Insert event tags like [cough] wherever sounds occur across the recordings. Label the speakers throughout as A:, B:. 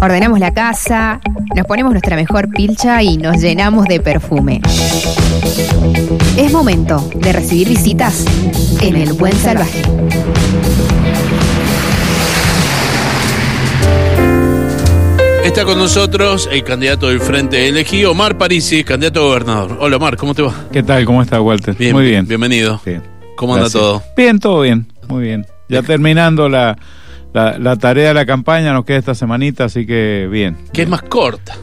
A: Ordenamos la casa, nos ponemos nuestra mejor pilcha y nos llenamos de perfume. Es momento de recibir visitas en el Buen Salvaje.
B: Está con nosotros el candidato del Frente Elegí, Omar Parisi, candidato a gobernador. Hola Omar, ¿cómo te va?
C: ¿Qué tal? ¿Cómo está, Walter?
B: Bien,
C: Muy bien.
B: Bienvenido.
C: Bien.
B: ¿Cómo anda
C: Gracias.
B: todo?
C: Bien, todo bien. Muy bien. Ya terminando la, la, la tarea de la campaña, nos queda esta semanita, así que bien.
B: Que es más corta.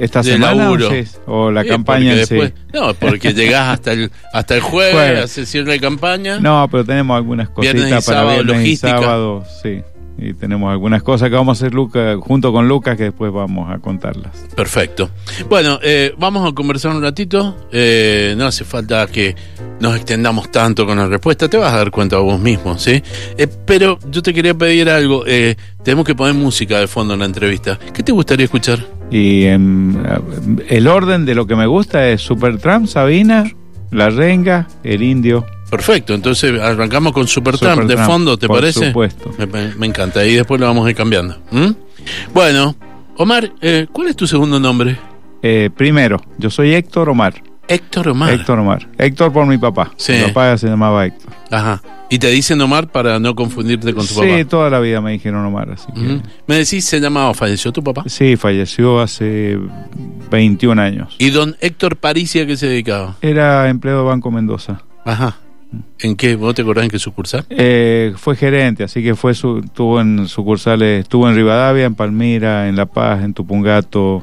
C: ¿Esta
B: De
C: semana
B: laburo.
C: o sí? o la
B: Sí,
C: campaña
B: porque
C: en sí?
B: después- No,
C: [laughs]
B: porque llegás hasta el, hasta el jueves,
C: Jueves.
B: hace cierre de campaña.
C: No, pero tenemos algunas cositas
B: ¿eh? Viernes y
C: para
B: sábado,
C: viernes
B: logística.
C: y sábado, sí. Y tenemos algunas cosas que vamos a hacer Luca, junto con Lucas, que después vamos a contarlas.
B: Perfecto. Bueno, eh, vamos a conversar un ratito. Eh, no hace falta que nos extendamos tanto con la respuesta. Te vas a dar cuenta vos mismo, ¿sí? Eh, pero yo te quería pedir algo. Eh, tenemos que poner música de fondo en la entrevista. ¿Qué te gustaría escuchar?
C: Y em, el orden de lo que me gusta es Supertramp, Sabina, La Renga, El Indio.
B: Perfecto, entonces arrancamos con Supertramp de
C: Supertramp,
B: fondo, ¿te
C: por
B: parece?
C: supuesto.
B: Me, me- me encanta, y después lo vamos a ir cambiando. ¿m? Bueno, Omar, eh, ¿cuál es tu segundo nombre?
C: Eh, primero, yo soy Héctor Omar.
B: Héctor Omar.
C: Héctor Omar. Héctor por mi papá.
B: Sí.
C: Mi papá se llamaba Héctor.
B: Ajá. Y te dicen Omar para no confundirte con tu
C: sí,
B: papá.
C: toda la vida me dijeron Omar, así que...
B: Ujú. Me decís, se llamaba, falleció tu papá.
C: Sí, falleció hace 21 años.
B: ¿Y don Héctor Parisi a qué se dedicaba?
C: Era empleado de Banco Mendoza.
B: Ajá. ¿En qué? ¿Vos te acordás en qué sucursal?
C: Eh, fue gerente, así que fue su, estuvo en sucursales, estuvo en Rivadavia, en Palmira, en La Paz, en Tupungato,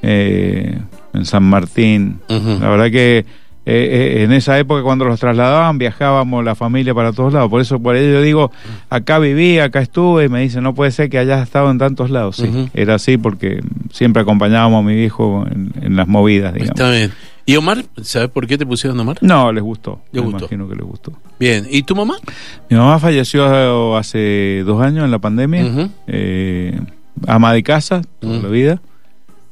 C: eh, en San Martín.
B: Ujú.
C: La verdad que eh, eh, en esa época cuando los trasladaban viajábamos la familia para todos lados. Por eso, por ello yo digo, acá viví, acá estuve, y me dicen, no puede ser que hayas estado en tantos lados. Sí,
B: Ujú.
C: era así porque siempre acompañábamos a mi viejo en, en las movidas, digamos.
B: Está bien. ¿Y Omar? ¿Sabes por qué te pusieron Omar?
C: No, les gustó.
B: Les
C: me
B: gustó.
C: imagino que les gustó.
B: Bien. ¿Y tu mamá?
C: Mi mamá falleció hace dos años en la pandemia,
B: Ujú.
C: eh, ama de casa toda
B: Mm.
C: la vida.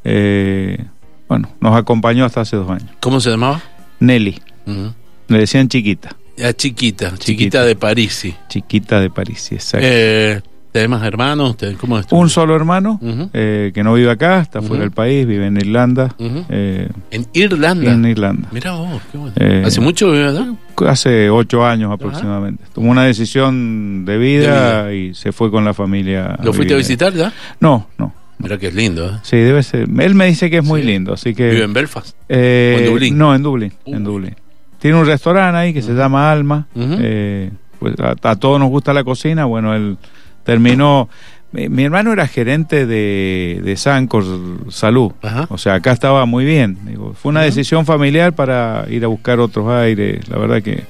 C: Eh, bueno, nos acompañó hasta hace dos años.
B: ¿Cómo se llamaba?
C: Nelly,
B: Ujú.
C: le decían chiquita,
B: Ah, chiquita, chiquita,
C: Chiquita.
B: de Parisi.
C: chiquita de París, sí, exacto.
B: Eh, ¿Tenés más hermanos? ¿Tenés- ¿Cómo es tu-
C: Un solo hermano
B: Ujú.
C: eh, que no vive acá, está fuera
B: Ujú.
C: del país, vive en Irlanda.
B: Ujú.
C: eh,
B: En Mm. Irlanda.
C: En Irlanda.
B: Mirá vos, qué bueno.
C: Eh,
B: ¿Hace mucho, verdad?
C: Hace ocho años aproximadamente. Tomó una decisión de vida, y se fue con la familia.
B: ¿Lo fuiste a
C: vivir ahí.
B: visitar ya?
C: No, no.
B: Mirá que es lindo, ¿eh?
C: Sí, debe ser. Él me dice que es muy lindo, así que.
B: Vive en Belfast.
C: Eh,
B: ¿O en Dublín?
C: No, en Dublín,
B: Uh.
C: en Dublín. Tiene un restaurante ahí que se llama Alma.
B: Ujú.
C: eh, pues a, a todos nos gusta la cocina. Bueno, él terminó. Mi, mi hermano era gerente de, de Sancor Salud.
B: Ajá.
C: O sea, acá estaba muy bien. Digo, fue una decisión familiar para ir a buscar otros aires. La verdad que,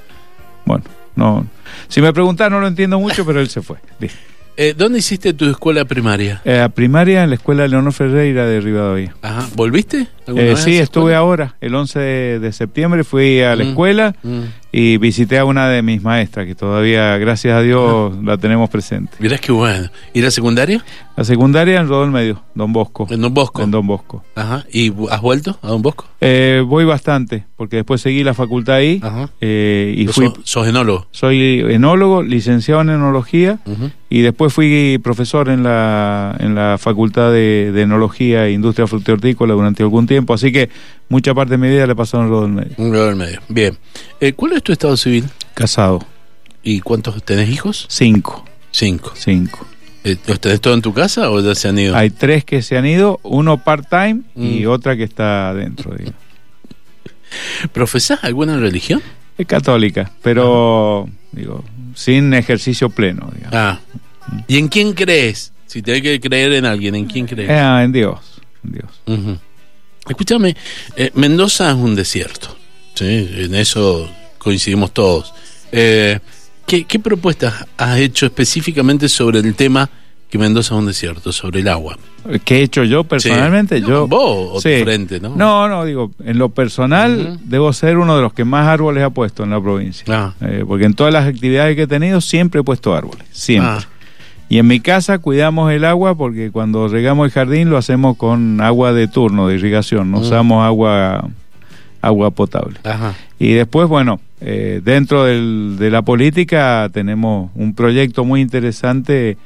C: bueno, no. Si me preguntas, no lo entiendo mucho, pero él se fue. [laughs] Listo.
B: Eh, ¿Dónde hiciste tu escuela primaria?
C: Eh, a primaria en la escuela Leonor Ferreira de Rivadavia.
B: Ajá. ¿Volviste? alguna
C: Eh,
B: vez a
C: sí,
B: esa
C: estuve
B: escuela?
C: ahora, el 11 de, de septiembre fui a la
B: Mm.
C: escuela
B: Mm.
C: y visité a una de mis maestras, que todavía, gracias a Dios,
B: Ah.
C: la tenemos presente.
B: Mirá qué bueno. ¿Y la secundaria?
C: La secundaria en Rodol Medio, Don Bosco.
B: En Don Bosco.
C: En Don Bosco.
B: Ajá. ¿Y vu- has vuelto a Don Bosco?
C: Eh, voy bastante, porque después seguí la facultad ahí
B: Ajá.
C: eh, y
B: Vos
C: fui...
B: sos, sos enólogo.
C: Soy enólogo, licenciado en enología
B: Ujú.
C: y después fui profesor en la, en la Facultad de, de Enología e Industria Fructícola durante algún tiempo, así que mucha parte de mi vida la he pasado en Rodol Medio.
B: Un grado del medio. Bien. Eh, ¿Cuál es tu estado civil?
C: Casado,
B: ¿Y cuántos tenés hijos?
C: cinco.
B: Cinco.
C: Cinco.
B: Eh, ¿Los tenés todos en tu casa o ya se han ido?
C: Hay tres que se han ido, uno part-time y
B: Mm.
C: otra que está adentro. digo.
B: ¿Profesás alguna religión?
C: Es católica, pero digo, sin ejercicio pleno. digamos.
B: Ah. ¿Y en quién crees? Si tenés que creer en alguien, ¿en quién crees?
C: Ah, en Dios. en Dios.
B: Ujú. Escúchame, eh, Mendoza es un desierto. ¿sí? En eso coincidimos todos. Eh, ¿qué, qué propuestas has hecho específicamente sobre el tema que Mendoza es un desierto, sobre el agua?
C: ¿Qué he hecho yo personalmente?
B: Sí. No,
C: yo,
B: vos o tu
C: sí.
B: frente, ¿no?
C: No, no, digo, en lo personal
B: Ujú.
C: debo ser uno de los que más árboles ha puesto en la provincia.
B: Ah.
C: Eh, porque en todas las actividades que he tenido siempre he puesto árboles, siempre.
B: Ah,
C: Y en mi casa cuidamos el agua porque cuando regamos el jardín lo hacemos con agua de turno, de irrigación, no
B: Mm.
C: usamos agua, agua potable.
B: ajá.
C: Y después, bueno, eh, dentro del- de la política tenemos un proyecto muy interesante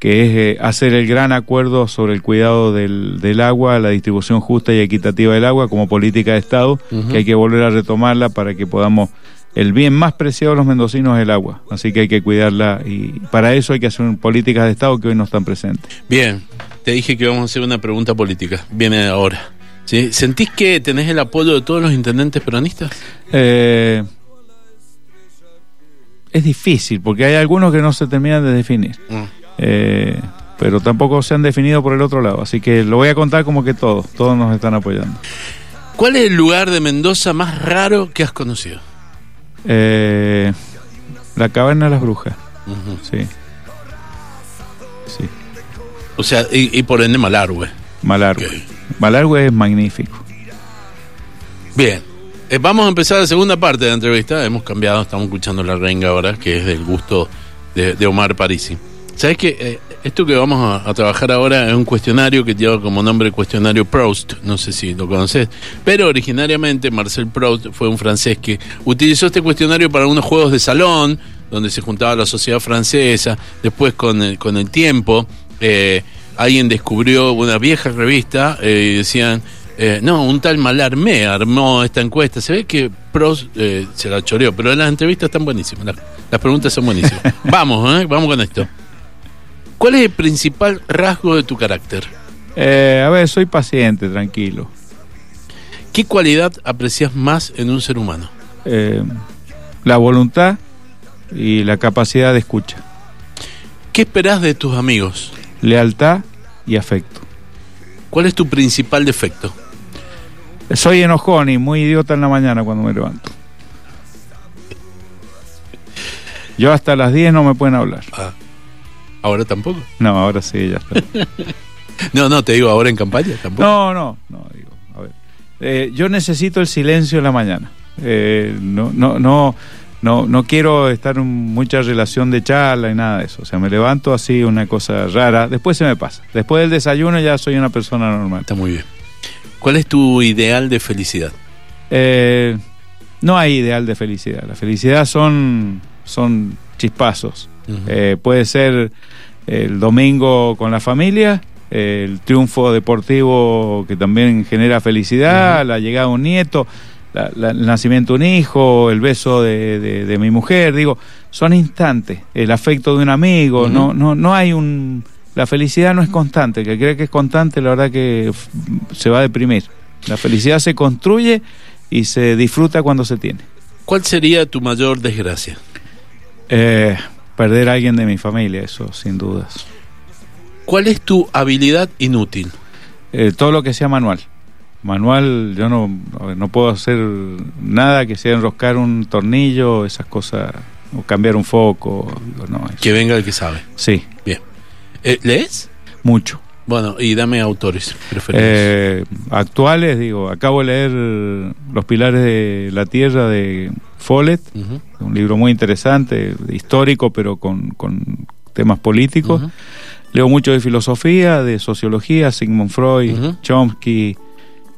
C: que es eh, hacer el gran acuerdo sobre el cuidado del, del agua, la distribución justa y equitativa del agua como política de Estado,
B: Ujú.
C: que hay que volver a retomarla para que podamos... El bien más preciado de los mendocinos es el agua, así que hay que cuidarla y para eso hay que hacer políticas de Estado que hoy no están presentes.
B: Bien, te dije que vamos a hacer una pregunta política. Viene ahora. ¿Sí? ¿Sentís que tenés el apoyo de todos los intendentes peronistas?
C: Eh, es difícil porque hay algunos que no se terminan de definir. Eh, pero tampoco se han definido por el otro lado. Así que lo voy a contar como que todos, todos nos están apoyando.
B: ¿Cuál es el lugar de Mendoza más raro que has conocido?
C: Eh, la caverna de las brujas,
B: Ujú.
C: sí. Sí,
B: O sea, y, y por ende Malargüe.
C: Malargüe.
B: Ok.
C: Malargüe es magnífico.
B: Bien. Eh, vamos a empezar la segunda parte de la entrevista. Hemos cambiado, estamos escuchando la renga ahora, que es del gusto de, de Omar Parisi. ¿Sabes qué? Eh, esto que vamos a, a trabajar ahora es un cuestionario que lleva como nombre cuestionario Proust. No sé si lo conoces. Pero originariamente Marcel Proust fue un francés que utilizó este cuestionario para unos juegos de salón, donde se juntaba la sociedad francesa. Después, con el, con el tiempo, eh, alguien descubrió una vieja revista eh, y decían. Eh, no, un tal Malarmé armó esta encuesta. Se ve que Pros eh, se la choreó, pero las entrevistas están buenísimas. Las, las preguntas son
C: [laughs]
B: buenísimas. vamos, ¿eh? vamos con esto. ¿Cuál es el principal rasgo de tu carácter?
C: Eh, a ver, soy paciente, tranquilo.
B: ¿Qué cualidad aprecias más en un ser humano?
C: Eh, la voluntad y la capacidad de escucha.
B: ¿Qué esperas de tus amigos?
C: Lealtad y afecto.
B: ¿Cuál es tu principal defecto?
C: Soy enojón y muy idiota en la mañana cuando me levanto. Yo hasta las 10 no me pueden hablar.
B: Ahora tampoco.
C: No, ahora sí, ya está.
B: No, no, te digo ahora en campaña tampoco.
C: No, no, no, digo, a ver. Eh, yo necesito el silencio en la mañana. Eh, no, no, no, no, no quiero estar en mucha relación de charla y nada de eso. O sea, me levanto así, una cosa rara. Después se me pasa. Después del desayuno ya soy una persona normal.
B: Está muy bien. ¿Cuál es tu ideal de felicidad?
C: Eh, no hay ideal de felicidad. La felicidad son, son chispazos.
B: Ujú.
C: Eh, puede ser el domingo con la familia, eh, el triunfo deportivo que también genera felicidad, la llegada de un nieto, la- la- el nacimiento de un hijo, el beso de, de- de mi mujer. Digo, son instantes. El afecto de un amigo.
B: Ujú.
C: no, no, no hay un. La felicidad no es constante. El que cree que es constante, la verdad que f- se va a deprimir. La felicidad se construye y se disfruta cuando se tiene.
B: ¿Cuál sería tu mayor desgracia?
C: Eh, perder a alguien de mi familia, eso sin dudas.
B: ¿Cuál es tu habilidad inútil?
C: Eh, todo lo que sea manual. Manual, yo no, a ver, no puedo hacer nada que sea enroscar un tornillo, esas cosas, o cambiar un foco. digo, no, eso-
B: Que venga el que sabe.
C: Sí,
B: Eh, ¿Lees?
C: mucho.
B: Bueno, y dame autores preferidos.
C: Eh, actuales, digo, acabo de leer Los Pilares de la Tierra de Follett,
B: Ujú,
C: un libro muy interesante, histórico, pero con, con temas políticos.
B: ujú.
C: Leo mucho de filosofía, de sociología, Sigmund Freud,
B: Ujú.
C: Chomsky.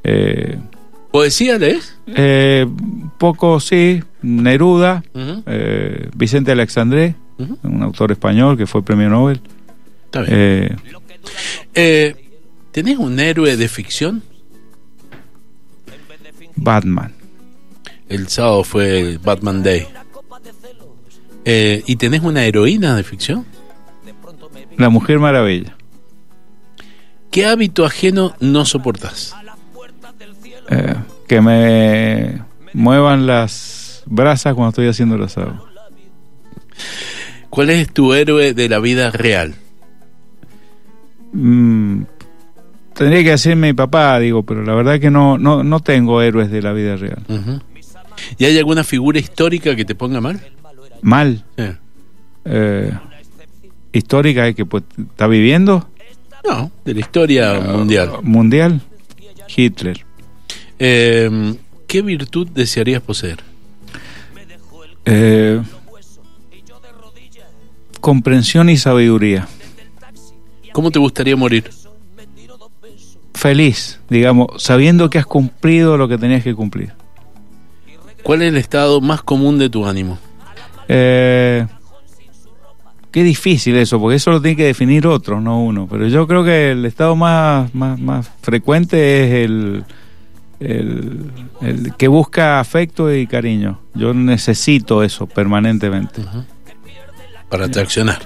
C: Eh,
B: ¿Poesía lees?
C: eh, poco sí, Neruda,
B: Ujú,
C: eh, Vicente Alexandré,
B: ujú.
C: un autor español que fue premio Nobel.
B: Está bien.
C: Eh,
B: Eh, ¿Tenés un héroe de ficción?
C: Batman.
B: El sábado fue el Batman Day. Eh, ¿Y tenés una heroína de ficción?
C: La Mujer Maravilla.
B: ¿Qué hábito ajeno no soportás?
C: Eh, que me muevan las brasas cuando estoy haciendo el asado.
B: ¿Cuál es tu héroe de la vida real?
C: Mm, tendría que decir mi papá, digo, pero la verdad que no, no, no tengo héroes de la vida real.
B: Ujú. ¿Y hay alguna figura histórica que te ponga mal?
C: Mal.
B: Eh,
C: eh, histórica eh, que pues, está viviendo
B: No, de la historia Ah, mundial.
C: mundial Hitler
B: Eh, ¿Qué virtud desearías poseer?
C: Eh, comprensión y sabiduría
B: ¿Cómo te gustaría morir?
C: feliz digamos sabiendo que has cumplido lo que tenías que cumplir
B: ¿Cuál es el estado más común de tu ánimo?
C: Eh, Qué difícil eso, porque eso lo tiene que definir otros, no uno. Pero yo creo que el estado más, más, más frecuente es el, el, el que busca afecto y cariño. Yo necesito eso permanentemente.
B: para traccionar.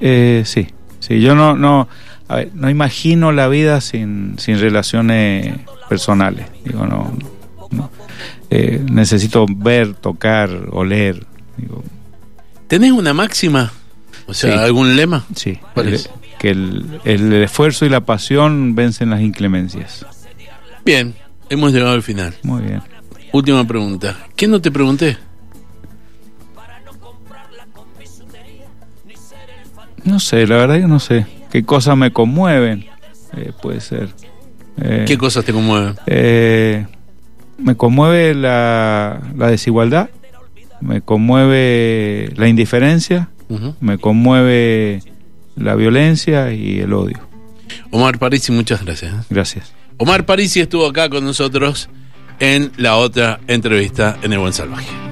C: Eh, sí, sí, yo no, no, a ver, no imagino la vida sin, sin relaciones personales. Digo, no, no. Eh, necesito ver, tocar, oler. Digo,
B: ¿Tenés una máxima? O sea,
C: Sí.
B: algún lema.
C: sí,
B: ¿Cuál
C: el-
B: es?
C: que el, el esfuerzo y la pasión vencen las inclemencias.
B: Bien, hemos llegado al final.
C: Muy bien.
B: Última pregunta. ¿Qué no te pregunté?
C: No sé, la verdad que no sé. ¿Qué cosas me conmueven? Eh, puede ser. Eh,
B: ¿Qué cosas te conmueven?
C: Eh, me conmueve la, la desigualdad, me conmueve la indiferencia,
B: Ujú.
C: me conmueve la violencia y el odio.
B: Omar Parisi, muchas gracias. ¿eh?
C: Gracias.
B: Omar Parisi estuvo acá con nosotros en la otra entrevista en El Buen Salvaje.